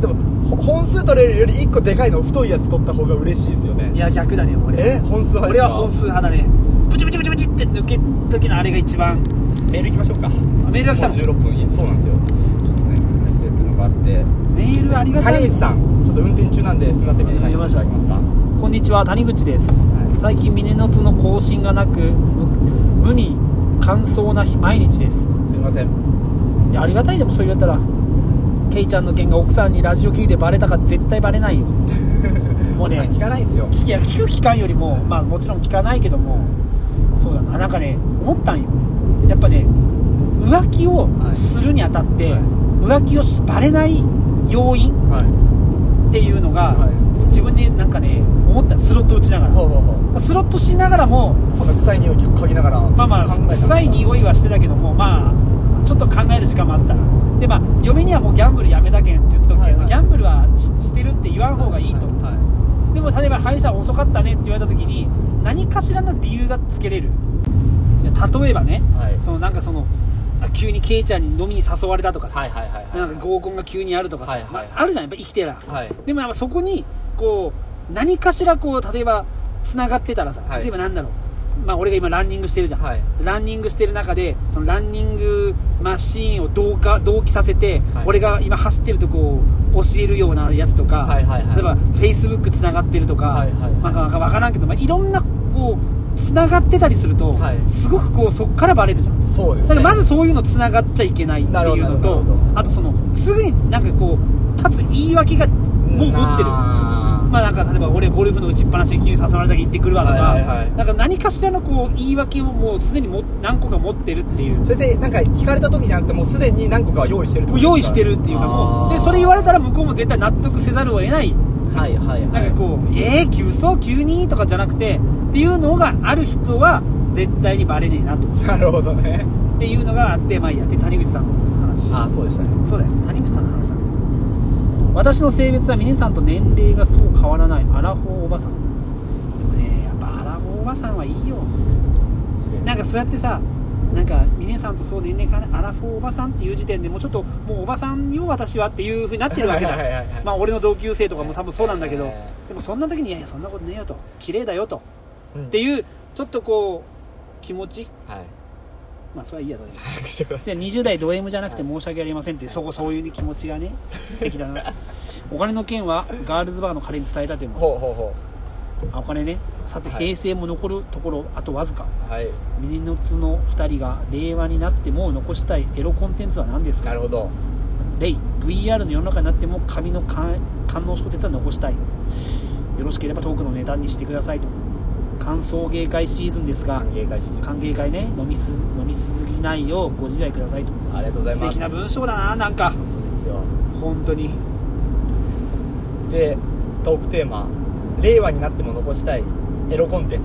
Speaker 1: でもほ本数取れるより1個でかいの太いやつ取った方が嬉しいですよ
Speaker 2: い
Speaker 1: ね
Speaker 2: や逆だね俺
Speaker 1: え本数派です
Speaker 2: 俺
Speaker 1: か
Speaker 2: は本数派だねブチブチブチブチって抜ける時のあれが一番
Speaker 1: メール行きましょうか
Speaker 2: メールが来たの
Speaker 1: もう16分いやそうなんですよちょっとね説明してってのがあって
Speaker 2: メールありがたい
Speaker 1: 谷口さんちょっと運転中なんですみません皆さん
Speaker 2: えー
Speaker 1: いただけますか
Speaker 2: こんにちは谷口です、
Speaker 1: はい
Speaker 2: 最近峰の津の更新がなく無無味乾燥な日毎日です
Speaker 1: すみません
Speaker 2: いやありがたいでもそう言われたらケイちゃんの件が奥さんにラジオ聞いてバレたか絶対バ レないよもう
Speaker 1: 皆さ
Speaker 2: ね
Speaker 1: ん聞かないんですよ
Speaker 2: いや聞く期間よりもまあもちろん聞かないけどもそうだななんかね思ったんよやっぱね浮気をするにあたって、
Speaker 1: はい
Speaker 2: 浮気をしバレない要因
Speaker 1: はい
Speaker 2: っていうのが、
Speaker 1: はい
Speaker 2: 自分でなんかね思ったスロット打ちながら
Speaker 1: ほうほうほう
Speaker 2: スロットしながらも
Speaker 1: そんな臭い匂い嗅ぎながら
Speaker 2: まあまあ
Speaker 1: 考えたんですか
Speaker 2: 臭い匂いはしてたけどもまあちょっと考える時間もあったでまあ嫁にはもうギャンブルやめたけんって言っとくけど、
Speaker 1: はいはい
Speaker 2: ギャンブルはししてるって言わん方がいいと、
Speaker 1: はい
Speaker 2: でも例えば歯医者遅かったねって言われた時に何かしらの理由がつけれるいや例えばね
Speaker 1: はい
Speaker 2: そのなんかそのあ急にケイちゃんに飲みに誘われたとかさ、
Speaker 1: はいはいはいはい
Speaker 2: なんか合コンが急にあるとかさ、
Speaker 1: はいはいはい
Speaker 2: まあ、あるじゃんやっぱ生きてら、
Speaker 1: はい
Speaker 2: でもやっぱそこにこう何かしらこう例えばつながってたらさ、
Speaker 1: はい
Speaker 2: 例えばなんだろうまあ俺が今ランニングしてるじゃん、
Speaker 1: はい
Speaker 2: ランニングしてる中でそのランニングマシーンを同化同期させて、
Speaker 1: はい
Speaker 2: 俺が今走ってるとこを教えるようなやつとか、
Speaker 1: はいはいはい
Speaker 2: 例えばフェイスブックつながってるとか、
Speaker 1: はいはいはい
Speaker 2: なんかなんか分からんけど、まあ、いろんなこうつながってたりすると、
Speaker 1: はい
Speaker 2: すごくこうそっからバレるじゃん
Speaker 1: そうです
Speaker 2: だか
Speaker 1: ね
Speaker 2: らまずそういうのつながっちゃいけないって
Speaker 1: なるほ
Speaker 2: いう
Speaker 1: どなる
Speaker 2: の
Speaker 1: ほど
Speaker 2: と
Speaker 1: なるほ
Speaker 2: あとそのすぐになんかこう立つ言い訳がもう持ってる
Speaker 1: あ
Speaker 2: まあなんか例えば俺ゴルフの打ちっぱなしで急に誘われたけ行ってくるわとか、
Speaker 1: はいはいはい
Speaker 2: なんか何かしらのこう言い訳をもうすでにも何個か持ってるっていう
Speaker 1: ーそれでなんか聞かれた時じゃなくてもうすでに何個かは用意してるってこ
Speaker 2: も
Speaker 1: とで
Speaker 2: う
Speaker 1: すか
Speaker 2: 用意してるっていうかもう
Speaker 1: あー
Speaker 2: でそれ言われたら向こうも絶対納得せざるを得ない
Speaker 1: はいはいはい
Speaker 2: なんかこう「えー、急走急に?」とかじゃなくてっていうのがある人は絶対にバレねえなとっ
Speaker 1: うなるほどね
Speaker 2: ていうのがあってまあいいやで谷口さんの話
Speaker 1: ああそうでしたね
Speaker 2: そうだよ谷口さんの話だ私の性別は峰さんと年齢がそう変わらないアラフォーおばさんでもねやっぱアラフォーおばさんはいいよなんかそうやってさなんか峰さんとそう年齢変わらないアラフォーおばさんっていう時点でもうちょっともうおばさんよ私はっていうふうになってるわけじゃ
Speaker 1: はいはいはいはい
Speaker 2: んまあ俺の同級生とかも多分そうなんだけど
Speaker 1: え
Speaker 2: でもそんな時にいやいやそんなことねえよと綺麗だよと
Speaker 1: うん
Speaker 2: っていうちょっとこう気持ち
Speaker 1: はい
Speaker 2: まあそれはいいやとです
Speaker 1: 早くしてくださ
Speaker 2: で20代ド M じゃなくて申し訳ありませんって、そこそういう気持ちが ね素敵だなお金の件はガールズバーの彼に伝えたと言い
Speaker 1: い
Speaker 2: ます
Speaker 1: ほうほうほ
Speaker 2: あお金ねさて
Speaker 1: はい
Speaker 2: 平成も残るところあとわずか
Speaker 1: うはい
Speaker 2: 峰の津の2人が令和になっても残したいエロコンテンツは何です
Speaker 1: な
Speaker 2: か
Speaker 1: るほど
Speaker 2: レイ VR の世の中になっても紙の観観音小説は残したいよろしければトークのネタにしてくださいと歓送迎会シーズンですが
Speaker 1: 歓迎会シーズン
Speaker 2: 歓迎会ね飲みす飲みすぎないようご自愛くださいと
Speaker 1: ありがとうござい
Speaker 2: 素
Speaker 1: ます
Speaker 2: 敵な文章だななんか
Speaker 1: そうですよ
Speaker 2: 本当に
Speaker 1: でトークテーマ「令和になっても残したいエロコンテン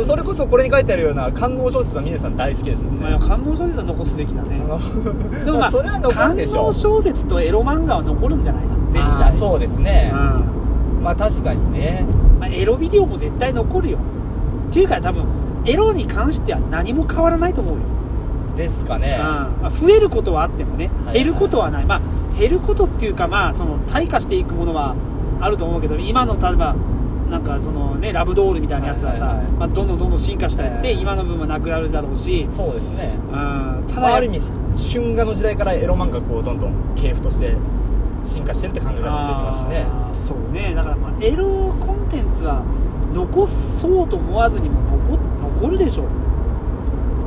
Speaker 1: ツ」それこそこれに書いてあるような官能小説は峰さん大好きですもん
Speaker 2: まあ
Speaker 1: ね
Speaker 2: 観音小説は残すべきだね
Speaker 1: あの
Speaker 2: でもまあ
Speaker 1: それは残るでし
Speaker 2: 観
Speaker 1: ょ
Speaker 2: 音小説とエロ漫画は残るんじゃない絶対
Speaker 1: あーそうですね
Speaker 2: うん、
Speaker 1: まあ確かにね
Speaker 2: まあ、エロビデオも絶対残るよっていうか多分エロに関しては何も変わらないと思うよ、
Speaker 1: ですか
Speaker 2: う
Speaker 1: ね
Speaker 2: んまあ、増えることはあってもね
Speaker 1: はい
Speaker 2: 減ることはない、まあ減ることっていうかまあその退化していくものはあると思うけど今の例えばなんかそのねラブドールみたいなやつはさ、
Speaker 1: はいはいはい
Speaker 2: まあ、どんどんどんどん進化したいっ
Speaker 1: は
Speaker 2: て、
Speaker 1: い
Speaker 2: 今の分はなくなるだろうし、
Speaker 1: そうですね
Speaker 2: うん、た
Speaker 1: まあ、
Speaker 2: だ
Speaker 1: ある意味春画の時代からエロ漫画こうどんどん系譜として進化してるって考え方も出てますしね
Speaker 2: あーそうねだからまあエロコンテンツは残そうと思わずにも残残るでしょ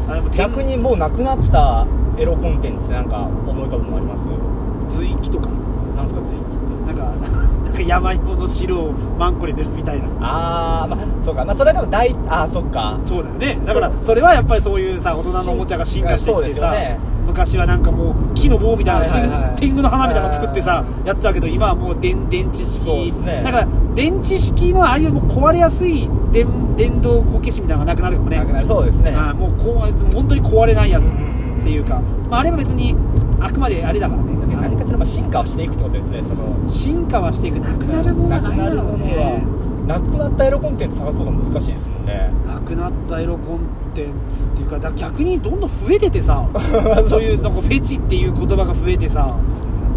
Speaker 2: あでも天
Speaker 1: 逆にもうなくなったエロコンテンツってなんか思い浮かぶもんあります
Speaker 2: 随記とか
Speaker 1: なんすか随記って
Speaker 2: なんかなんか山芋の汁をマンコに出るみたいな
Speaker 1: ああまあそうかまあそれはでも大ああそっか
Speaker 2: そうだよねだからそれはやっぱりそういうさ大人のおもちゃが進化してき
Speaker 1: そう
Speaker 2: て
Speaker 1: ですよ
Speaker 2: さ、
Speaker 1: ね
Speaker 2: 昔はなんかもう木の棒みたいな、
Speaker 1: はいはいはい
Speaker 2: 天天狗の花みたいなの作ってさやってたけど今はもう電電池
Speaker 1: そうで
Speaker 2: 式、
Speaker 1: すね
Speaker 2: だから電池式のああいうもう壊れやすい電電動こけしみたいなのがなくなるかもね
Speaker 1: なくなるそうですね
Speaker 2: あーもうこう本当に壊れないやつ
Speaker 1: うんうんうん
Speaker 2: っていうか、まあ、あれは別にあくまであれだからね
Speaker 1: だけど
Speaker 2: あ
Speaker 1: 何
Speaker 2: の
Speaker 1: かしらまあ進化はしていくってことですねその
Speaker 2: 進化はしていくなくなるものは
Speaker 1: な
Speaker 2: な
Speaker 1: く
Speaker 2: い
Speaker 1: な
Speaker 2: だ
Speaker 1: る
Speaker 2: ろ
Speaker 1: もの
Speaker 2: うね
Speaker 1: はなくなったエロコンテンツ探すのが難しいですもんね
Speaker 2: なくなったエロコンテンツっていうかだ逆にどんどん増えて てさそういうなんかフェチっていう言葉が増えてさ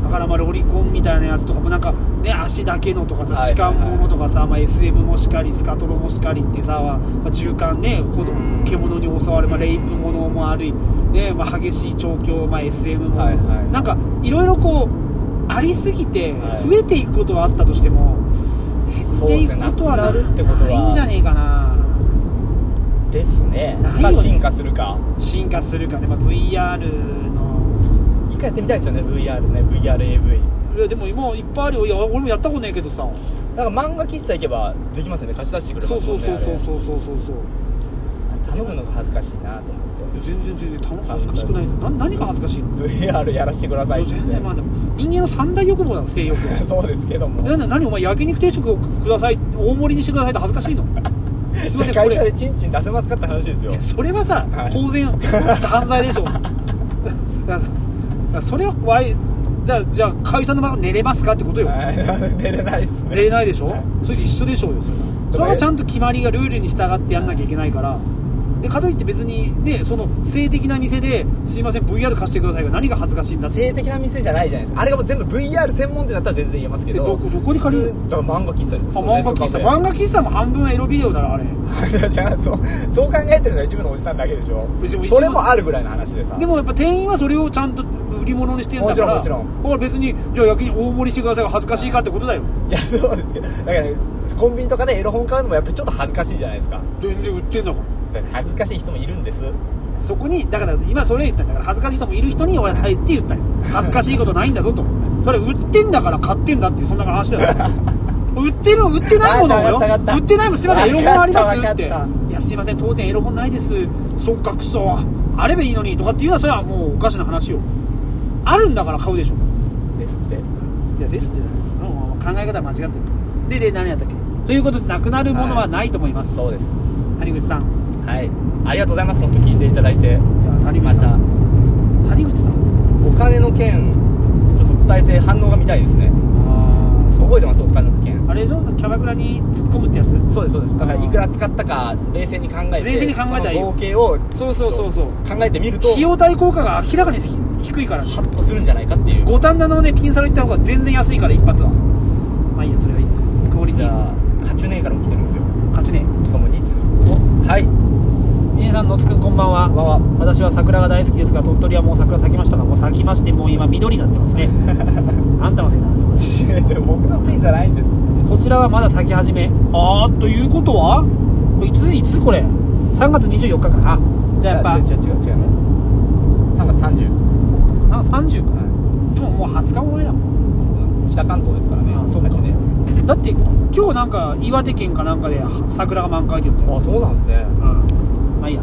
Speaker 2: だからまあロリコンみたいなやつとかもなんかね足だけのとかさ
Speaker 1: はい
Speaker 2: 痴漢ものとかさ、まあ、SM もしかりスカトロもしかりってさ、まあ、中間ね
Speaker 1: う
Speaker 2: こ
Speaker 1: ん
Speaker 2: の獣に襲われ、まあ、レイプものもあるい、ねまあ、激しい調教、まあ、SM も、
Speaker 1: はいはい
Speaker 2: なんかいろいろこうありすぎて
Speaker 1: はい
Speaker 2: 増えていくことはあったとしても、
Speaker 1: そう
Speaker 2: 減
Speaker 1: です
Speaker 2: って
Speaker 1: ね
Speaker 2: いくことは
Speaker 1: なくなるってことは
Speaker 2: ないんじゃねえかな。
Speaker 1: ですね
Speaker 2: ないよね
Speaker 1: まあ進化するか
Speaker 2: 進化するかね、まあ、VR の
Speaker 1: 一回やってみたいですよね VR ね VRAV
Speaker 2: いやでも今いっぱいあるよいや俺もやったことないけどさ
Speaker 1: なんか漫画喫茶行けばできますよね貸し出してくれます
Speaker 2: そ
Speaker 1: も
Speaker 2: うそ
Speaker 1: ん
Speaker 2: う
Speaker 1: ね
Speaker 2: そうそ
Speaker 1: う
Speaker 2: うそうそうそうそう
Speaker 1: 頼むのが恥ずかしいなと思って
Speaker 2: 全然全然楽恥ずかしくないな何が恥ずかしいの
Speaker 1: VR やらせてくださいっ
Speaker 2: い
Speaker 1: て
Speaker 2: や全然まあでも人間の三大欲望だろ性欲
Speaker 1: そうですけども
Speaker 2: なな何お前焼肉定食をください大盛りにしてくださいって恥ずかしいのすい
Speaker 1: じ
Speaker 2: ま
Speaker 1: ゃ
Speaker 2: せ
Speaker 1: あ
Speaker 2: んこ
Speaker 1: 会社で
Speaker 2: れ
Speaker 1: チンチン出せますかって話ですよ
Speaker 2: いやそれはさ
Speaker 1: はい
Speaker 2: 当然犯罪 でしょだからさだからそれは怖いじゃあじゃあ会社の中で寝れますかってことよ、
Speaker 1: はい 寝れないですね
Speaker 2: 寝れないでしょ、
Speaker 1: はい
Speaker 2: それで一緒でしょうよ
Speaker 1: で
Speaker 2: それはそ
Speaker 1: も
Speaker 2: れはちゃんと決まりがルールに従ってやんなきゃいけないからでかといって別にねその性的な店ですいません VR 貸してくださいが何が恥ずかしいんだって
Speaker 1: 性的な店じゃないじゃないですかあれがもう全部 VR 専門店だったら全然言えますけど
Speaker 2: えどこどこに借りる
Speaker 1: 普通だから漫画喫茶です
Speaker 2: あ漫画喫茶漫画喫茶も半分エロビデオだろあれ
Speaker 1: 画 じゃあそうそう考えてるのは一部のおじさんだけでしょ
Speaker 2: でも一部
Speaker 1: それもあるぐらいの話でさ
Speaker 2: でもやっぱ店員はそれをちゃんと売り物にしてるんだから
Speaker 1: もちろんもち
Speaker 2: だから別にじゃあ焼きに大盛りしてくださいが恥ずかしいかってことだよ
Speaker 1: いやそうですけどだから、ね、コンビニとかでエロ本買うのもやっぱりちょっと恥ずかしいじゃないですか
Speaker 2: 全然売ってんだから
Speaker 1: だから恥ずかしい人もいるんです
Speaker 2: そこにだから今それ言ったんだから恥ずかしい人もいる人に俺は大切って 言ったよ恥ずかしいことないんだぞとそれ売ってんだから買ってんだってそんな話だよ売ってる売ってないものもよ
Speaker 1: わかったわかった
Speaker 2: 売ってないもんすいませんエロ本あります
Speaker 1: わか
Speaker 2: っ
Speaker 1: ってたわか
Speaker 2: いやすいません当店エロ本ないですそっかクソあればいいのにとかっていうのはそれはもうおかしな話よあるんだから買うでしょ
Speaker 1: ですって
Speaker 2: いやですってないうん考え方間違ってるでで何やったっけということでなくなるものはないと思います、
Speaker 1: そうです
Speaker 2: 谷口さん
Speaker 1: はいありがとうございます本当聞いていただいて
Speaker 2: いや谷口
Speaker 1: ま
Speaker 2: さ
Speaker 1: た
Speaker 2: ん、谷口さん
Speaker 1: お金の件ちょっと伝えて反応が見たいですね
Speaker 2: ああそう
Speaker 1: 覚えてますお金の件
Speaker 2: あれでしょキャバクラに突っ込むってやつ
Speaker 1: そうですそうですだからいくら使ったか冷静に考えて
Speaker 2: 冷静に考えたらいい
Speaker 1: その合計を
Speaker 2: そうそうそうそう
Speaker 1: 考えてみると
Speaker 2: 費用対効果が明らかに低いから
Speaker 1: ハッとするんじゃないかっていう
Speaker 2: 五反田のねピンサロ行った方が全然安いから一発はまあいいやそれはいいクオリテ
Speaker 1: じ
Speaker 2: ィ
Speaker 1: ゃあカチュネーから起きてるんですよ
Speaker 2: 勝ちね
Speaker 1: しかも2通はい
Speaker 2: 皆さんのつくんこんばんは
Speaker 1: こんばんは
Speaker 2: 私は桜が大好きですが鳥取はもう桜咲きましたがもう咲きましてもう今緑になってます ねあんたのせいなんだよこ
Speaker 1: 違う違う僕のせいじゃないんです
Speaker 2: れこちらはまだ咲き始めあーということはいついつこれ3月24日からあじゃあやっぱ
Speaker 1: 違う違う違う違います3月30
Speaker 2: さ30か
Speaker 1: は
Speaker 2: でももう20日も前だもん
Speaker 1: いそうなんです北関東ですからね
Speaker 2: あそうか
Speaker 1: カチュネ
Speaker 2: だって今日なんか岩手県かなんかで桜が満開って言ったよ
Speaker 1: あそうなんですね
Speaker 2: うんまあいいや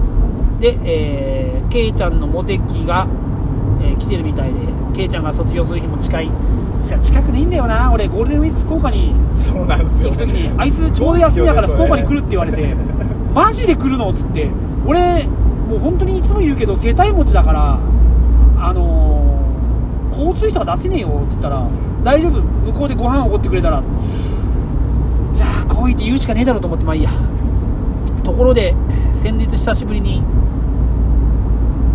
Speaker 2: でえーケイちゃんのモテ期が、えー来てるみたいでケイちゃんが卒業する日も近いいや近くでいいんだよな俺ゴールデンウィーク福岡に
Speaker 1: そうなんですよ
Speaker 2: 行く時にあいつちょうど休みだから
Speaker 1: そう
Speaker 2: 福
Speaker 1: ですよ
Speaker 2: 岡
Speaker 1: ね
Speaker 2: に来るって言わ れてマジで来るのっつって俺もう本当にいつも言うけど世帯持ちだからあのー交通費とか出せねえよっつったら大丈夫向こうでご飯おごってくれたらじゃあこう言って言うしかねえだろうと思ってまあいいやところで先日久しぶりに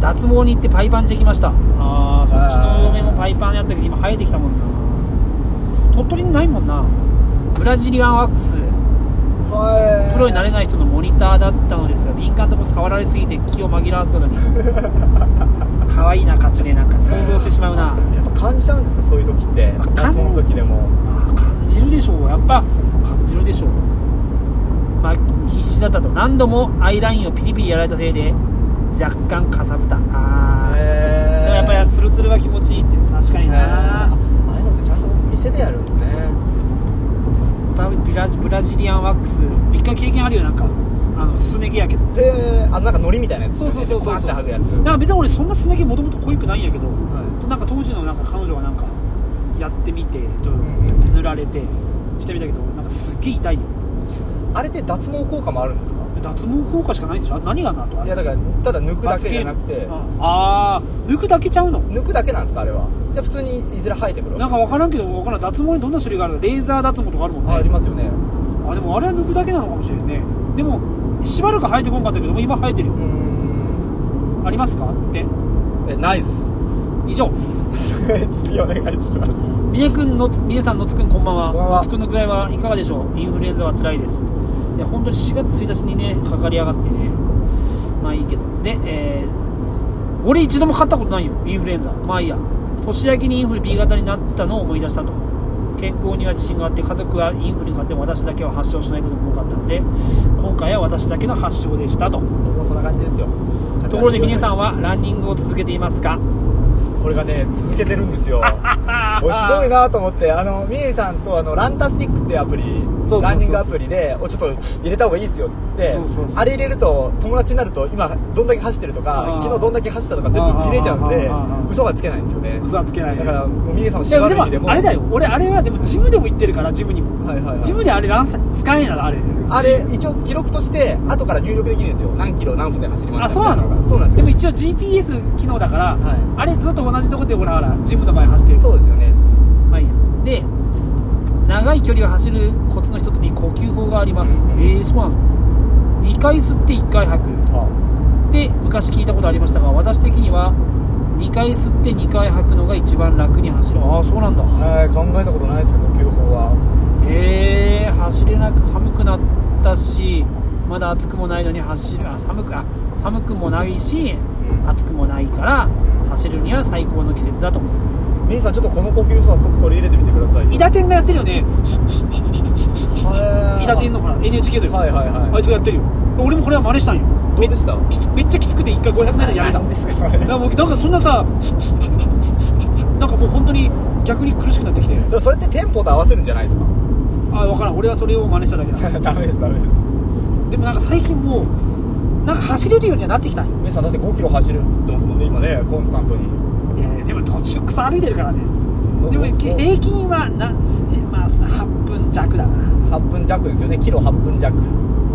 Speaker 2: 脱毛に行ってパイパンしてきましたああそっちの嫁もパイパンやったけど今生えてきたもんな鳥取にないもんなブラジリアンワックス
Speaker 1: はい
Speaker 2: プロになれない人のモニターだったのですが敏感なとこ触られすぎて気を紛らわすことに可愛いなカチュネなんか想像してしまうな
Speaker 1: やっぱ感じちゃうんですよそういう時って
Speaker 2: あ感
Speaker 1: 夏の時でも
Speaker 2: まあ感じるでしょうやっぱ感じるでしょうまあ必死だったと何度もアイラインをピリピリやられたせいで若干かさぶたあーでも
Speaker 1: へ
Speaker 2: やっぱりツルツルは気持ちいいって確かに
Speaker 1: あ
Speaker 2: な
Speaker 1: ああいうのってちゃんと店でやるんですね
Speaker 2: ブラジブラジリアンワックス一回経験あるよなんかあのすね毛やけど
Speaker 1: へえあなんか海苔みたいなやつ
Speaker 2: そうそうそうそう
Speaker 1: パー
Speaker 2: そ
Speaker 1: って剥
Speaker 2: う
Speaker 1: ぐやつ
Speaker 2: なんか別に俺そんなすね毛もともと濃いくないんやけど
Speaker 1: は
Speaker 2: なんか当時のなんか彼女がなんかやってみてちょっと
Speaker 1: ん
Speaker 2: 塗られてしてみたけどなんかすっげえ痛いよ
Speaker 1: いあれって脱毛効果もあるんですか
Speaker 2: 脱毛効果しかないんでしょあ何がなとあ
Speaker 1: い
Speaker 2: れ
Speaker 1: やだからただ抜くだけじゃなく
Speaker 2: 罰ゲ
Speaker 1: て
Speaker 2: ームうんああ抜くだけちゃうの
Speaker 1: 抜くだけなんですかあれはじゃあ普通にいずれ生えてくる
Speaker 2: なんか分からんけど分からん脱毛にどんな種類があるのレーザー脱毛とかあるもんね
Speaker 1: あありますよね
Speaker 2: あでもあれは抜くだけなのかもしれんねでもしばらく生えてこんかったけどもう今生えてるよ
Speaker 1: ん
Speaker 2: ありますかって
Speaker 1: えナイス
Speaker 2: 以上
Speaker 1: 次お願いします
Speaker 2: 峰君の峰さんのつくんこんばん
Speaker 1: こ
Speaker 2: は
Speaker 1: んばんは
Speaker 2: のつくんの具合はいかがでしょうインフルエンザは辛いですいや本当に4月1日にねかかりやがってねまあいいけどでえー俺一度もかかったことないよインフルエンザまあいいや年明けにインフル B 型になったのを思い出したと健康には自信があって家族はインフルにかかっても私だけは発症しないことも多かったので今回は私だけの発症でしたと
Speaker 1: 僕もそんな感じですよ
Speaker 2: ところで峰さ
Speaker 1: ん
Speaker 2: んはランニングを続けていますか
Speaker 1: これがね続けてるん ですよ俺すごいなと思ってあのミネさんとあのランタスティックっていうアプリ
Speaker 2: そうそうそうそ
Speaker 1: ラ
Speaker 2: う
Speaker 1: ンニングアプリでおちょっと入れた方がいいですよって
Speaker 2: そうそうそう
Speaker 1: あれ入れると友達になると今どんだけ走ってると
Speaker 2: あ
Speaker 1: か
Speaker 2: ー
Speaker 1: 昨日どんだけ走ったとか全部見れちゃうんで
Speaker 2: あーあーあーあー
Speaker 1: 嘘はつけないんですよね
Speaker 2: 嘘はつけない
Speaker 1: だからもうミネさんも
Speaker 2: いや
Speaker 1: 縛る意味
Speaker 2: で
Speaker 1: で
Speaker 2: も
Speaker 1: も
Speaker 2: あれだよ俺あれはでもジムでも行ってるからジムにも
Speaker 1: はいはいはい
Speaker 2: ジムであれランサ使えんやろあれ
Speaker 1: あれ一応記録として後から入力できるんですよ何キロ何分で走りました
Speaker 2: あそうなの
Speaker 1: そうなんです
Speaker 2: で
Speaker 1: よ
Speaker 2: も一応 GPS 機能だから、
Speaker 1: はい
Speaker 2: あれずっと同じとこで俺はほらジムの前走ってる
Speaker 1: そうですよね
Speaker 2: まあいいやで長い距離を走るコツの一つに呼吸法があります、
Speaker 1: うん
Speaker 2: えー、そうなの2回吸って1回吐く
Speaker 1: あ
Speaker 2: で昔聞いたことありましたが私的には2回吸って2回吐くのが一番楽に走るああそうなんだ
Speaker 1: はい考えたことないですよ呼吸法は
Speaker 2: えー、走れなく寒くなったしまだ暑くもないのに走るあ寒くあ寒くもないし、
Speaker 1: うん
Speaker 2: 暑くもないから走るには最高の季節だと思う
Speaker 1: ミネさんちょっとこの呼吸早速取り入れてみてください
Speaker 2: 伊達天がやってるよねスッスッスッスッスッ
Speaker 1: は
Speaker 2: 伊達天
Speaker 1: の
Speaker 2: のほら NHK だよ、
Speaker 1: はいはい
Speaker 2: あ
Speaker 1: はい
Speaker 2: いつがやってるよ俺もこれは真似したんよ
Speaker 1: どうでした
Speaker 2: きつめっちゃきつくて1回 500m やめた
Speaker 1: 何
Speaker 2: だ
Speaker 1: ですかそれ
Speaker 2: か
Speaker 1: で
Speaker 2: らもうなんかそんなさスッスッスッスッスッなんかもう本当に逆に苦しくなってきて
Speaker 1: もそれってテンポと合わせるんじゃないです か
Speaker 2: あ分からん俺はそれを真似しただけ だ
Speaker 1: ダメですダメです
Speaker 2: でもなんか最近もうなんか走れるようにはなってきたんよ
Speaker 1: ミネさんだって5キロ走るってますもんね今ねコンスタントに
Speaker 2: いやいやでも途中草歩いてるからねでも
Speaker 1: 僕
Speaker 2: 平均はな、えまあ、8分弱だな
Speaker 1: 8分弱ですよねキロ8分弱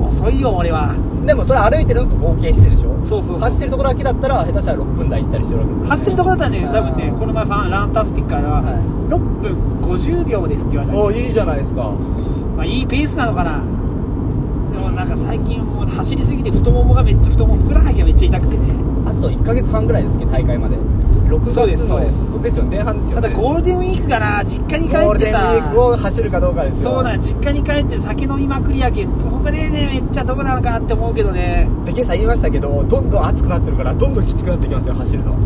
Speaker 2: 遅いよ俺は
Speaker 1: でもそれ歩いてるのと合計してるでしょ
Speaker 2: そうそうそう
Speaker 1: 走ってるとこだけだったら下手したら6分台行ったりしてるわけですよね
Speaker 2: 走ってるとこだったらね
Speaker 1: あー
Speaker 2: 多分ねこの前ファンランタスティックからは
Speaker 1: はい
Speaker 2: 6分50秒ですって言われた、
Speaker 1: おーいいじゃないですか
Speaker 2: まあ、いいペースなのかなでもなんか最近もう走りすぎて太ももがめっちゃ太ももふくらはぎがめっちゃ痛くてね
Speaker 1: あと1か月半ぐらいですね大会まで6月の
Speaker 2: そうですそうです
Speaker 1: そうですよ前半ですよ、
Speaker 2: た
Speaker 1: ね、
Speaker 2: だゴールデンウィークかな実家に帰
Speaker 1: ゴー
Speaker 2: っ
Speaker 1: ルデ
Speaker 2: て
Speaker 1: ンウィーク
Speaker 2: さ
Speaker 1: を走るかどうかですよ
Speaker 2: そうだよ実家に帰って酒飲みまくりやけんそこがねめっちゃどこなのかなって思うけどね
Speaker 1: で今朝言いましたけどどんどん暑くなってるからどんどんきつくなってきますよ走るの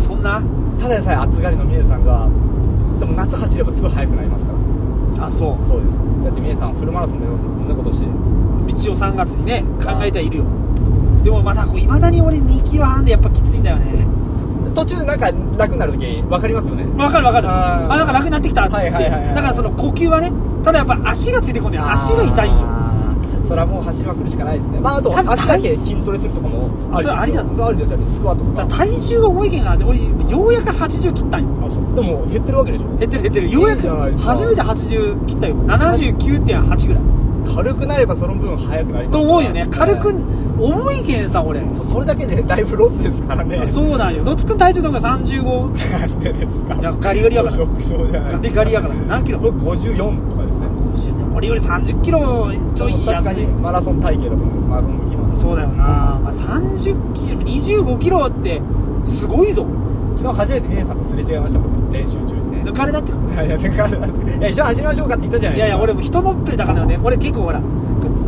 Speaker 2: そんな
Speaker 1: ただでさえ暑がりのミネさんがでも夏走ればすごい速くなりますから
Speaker 2: あそう
Speaker 1: そうですだってミネさんフルマラソン目指すんですもんね今年
Speaker 2: 道を3月にね考えてはいるよでもまだいまだに俺2キロ半でやっぱきついんだよね
Speaker 1: 途中なんか楽になる時分かりますよね
Speaker 2: わかるわかる
Speaker 1: あ
Speaker 2: あ
Speaker 1: ー
Speaker 2: なんか楽になってきたって、
Speaker 1: はいはいはいはい
Speaker 2: だからその呼吸はねただやっぱ足がついてこんねん足が痛いんよ
Speaker 1: あーそれはもう走りまくるしかないですねまああと
Speaker 2: 多分
Speaker 1: 足だけ筋トレするとかもありですよ
Speaker 2: それありなの
Speaker 1: それありですよねスクワットとか
Speaker 2: だから体重が重いけんかなって俺ようやく80切ったんよ
Speaker 1: あそうでも減ってるわけでしょ
Speaker 2: 減ってる減ってるようや
Speaker 1: いいじゃない
Speaker 2: く
Speaker 1: ですか
Speaker 2: 初めて80切ったよ79.8ぐらい
Speaker 1: 軽くなればその分速くなりますから
Speaker 2: と思うよね軽く
Speaker 1: ね
Speaker 2: 重いけんさ俺
Speaker 1: そそれだけでだいぶロスですから ね
Speaker 2: そうなんよのつくん体重どんか35
Speaker 1: なんでですか
Speaker 2: いやガリガリやから
Speaker 1: ショック症じゃない
Speaker 2: ガリガリやから何キロ
Speaker 1: 僕54とかですね
Speaker 2: 俺より30キロちょい
Speaker 1: 確か
Speaker 2: 安
Speaker 1: に
Speaker 2: い
Speaker 1: マラソン体型だと思いますマラソン向きの
Speaker 2: そうだよな、まあ、30キロ25キロってすごいぞ
Speaker 1: 昨日初めて峰さんとすれ違いましたもん練習中にね
Speaker 2: 抜かれだって
Speaker 1: いやいやだからいや一緒に走りましょうかって言ったじゃない
Speaker 2: い
Speaker 1: ですか
Speaker 2: やいや俺も人のっぺだからね俺結構ほら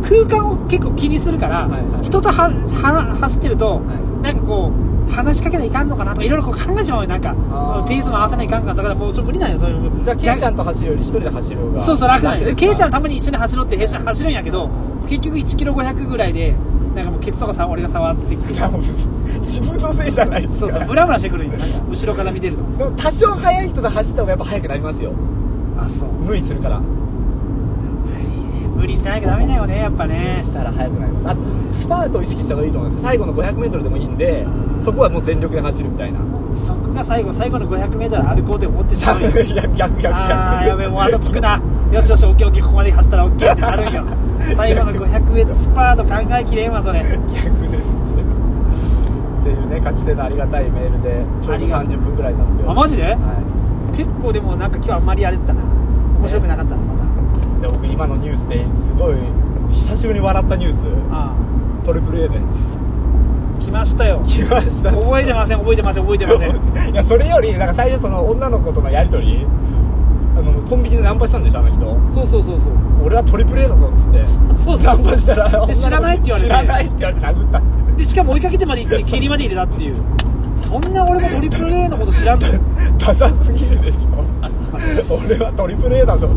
Speaker 2: 空間を結構気にするから、
Speaker 1: はいはい
Speaker 2: 人とはは走ってると、
Speaker 1: はい
Speaker 2: なんかこう話しかけないかんのかなとかいろいろこう考えちまうよなんか
Speaker 1: あー
Speaker 2: ペースも合わせないかんかだからもうちょっと無理なんよそういう
Speaker 1: じゃあケイちゃ
Speaker 2: ん
Speaker 1: んと走るより一人で走る方が
Speaker 2: そうそう楽なんよでケイちゃんは
Speaker 1: ん
Speaker 2: たまに一緒に走ろうって平常に走るんやけど結局1キロ5 0 0ぐらいでなんかもうケツとかさ俺が触ってきて
Speaker 1: 自分のせいじゃないですか
Speaker 2: そうそうムラムラしてくるんよなんか後ろから見てると
Speaker 1: でも多少速い人で走った方がやっぱ速くなりますよ
Speaker 2: あそう
Speaker 1: 無理するから
Speaker 2: 無理無理してなきゃダメだよねやっぱね
Speaker 1: したら速くなりますあとスパートを意識した方がいいと思います最後の 500m でもいいんで
Speaker 2: うん
Speaker 1: そこはもう全力で走るみたいな
Speaker 2: そこが最後最後の 500m 歩こうと思ってしまうよ
Speaker 1: いや逆逆逆
Speaker 2: あーやべえもう後つくなよしよしオッケーオッケーここまで走ったらオッケーって なるんよ最後の 500m スパート考えきれんわそれ
Speaker 1: 逆ですっていうね勝ち手のありがたいメールでちょ
Speaker 2: あ
Speaker 1: うど
Speaker 2: りがとう
Speaker 1: 30分ぐらいなんですよ
Speaker 2: あマジで
Speaker 1: は
Speaker 2: 結構でもなんか今日あんまりあれだったな面白くなかったのまた
Speaker 1: いで僕今のニュースですごい久しぶりに笑ったニュー
Speaker 2: あ
Speaker 1: ストリプル A のや
Speaker 2: あ来ましたよ
Speaker 1: つ来ました
Speaker 2: 覚えてません覚えてません覚えてません
Speaker 1: いやそれよりなんか最初その女の子とのやり取りあのコンビニでナンパしたんでしょあの人
Speaker 2: そうそうそうそう
Speaker 1: 俺はトリプル A だぞっつって
Speaker 2: そう
Speaker 1: ナ
Speaker 2: そう
Speaker 1: ンパし
Speaker 2: そ
Speaker 1: たら女の子
Speaker 2: で
Speaker 1: に
Speaker 2: 知らないって言われて
Speaker 1: 知らないって言われて殴ったって
Speaker 2: うでしかも追いかけてまで行って蹴りまで入れたっていうそんな俺がトリプル A のこと知 らんのい
Speaker 1: ダサすぎるでしょ俺はトリプル A だぞ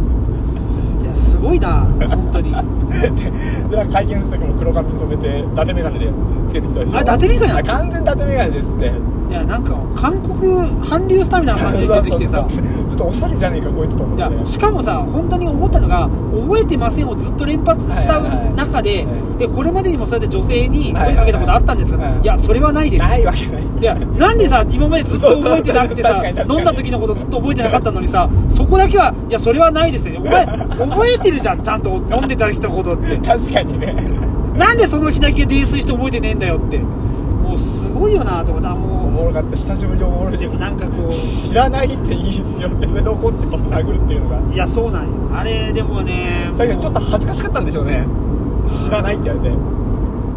Speaker 2: やすごいな本当に
Speaker 1: でなんか会見する時も黒髪に染めて伊達眼鏡でつけてきたでしょ
Speaker 2: あれ伊達眼鏡なの
Speaker 1: あ完全伊達眼鏡ですって
Speaker 2: いやなんか韓国韓流スターみたいな感じで出てきて さ
Speaker 1: ちょっとおしゃれじゃねえかこいつと思
Speaker 2: い
Speaker 1: っ
Speaker 2: や
Speaker 1: て
Speaker 2: しかもさ本当に思ったのが覚えてませんをずっと連発した
Speaker 1: はいはいはい
Speaker 2: 中で、
Speaker 1: は
Speaker 2: えこれまでにもそうやって女性に声かけたことあったんですか、
Speaker 1: はいいはいはい
Speaker 2: やそれはないです
Speaker 1: ないわけない
Speaker 2: いやなんでさ今までずっと覚えてなくて
Speaker 1: そ
Speaker 2: さ
Speaker 1: うそう確かに確かに
Speaker 2: 飲んだ時のことずっと覚えてなかったのにさそこだけはいやそれはないですねお前覚えてるじゃんちゃんと飲んでた人のことって
Speaker 1: 確かにね
Speaker 2: なんでその日だけ泥酔して覚えてねえんだよってもうすごいよなと思ったあ
Speaker 1: お
Speaker 2: も
Speaker 1: もろかった久しぶりにおもろいう
Speaker 2: で
Speaker 1: です
Speaker 2: もなんかこう
Speaker 1: 知らないっていいっすよってそれで怒ってパッと殴るっていうのが
Speaker 2: いやそうなんよあれでもね
Speaker 1: だけどちょっと恥ずかしかったんでしょうね知らないって言われて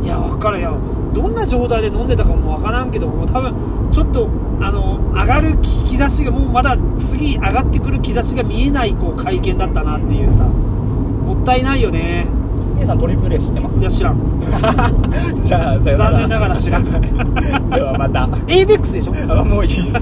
Speaker 2: いや分かるよどんな状態で飲んでたかも分からんけどもう多分ちょっとあの上がる兆しがもうまだ次上がってくる兆しが見えないこう会見だったなっていうさもったいないよね
Speaker 1: 皆さんトリプル A 知ってます
Speaker 2: いや知らん
Speaker 1: じゃあさよなら
Speaker 2: 残念ながら知らん
Speaker 1: ではまた
Speaker 2: ABEX でしょ
Speaker 1: あもういいっす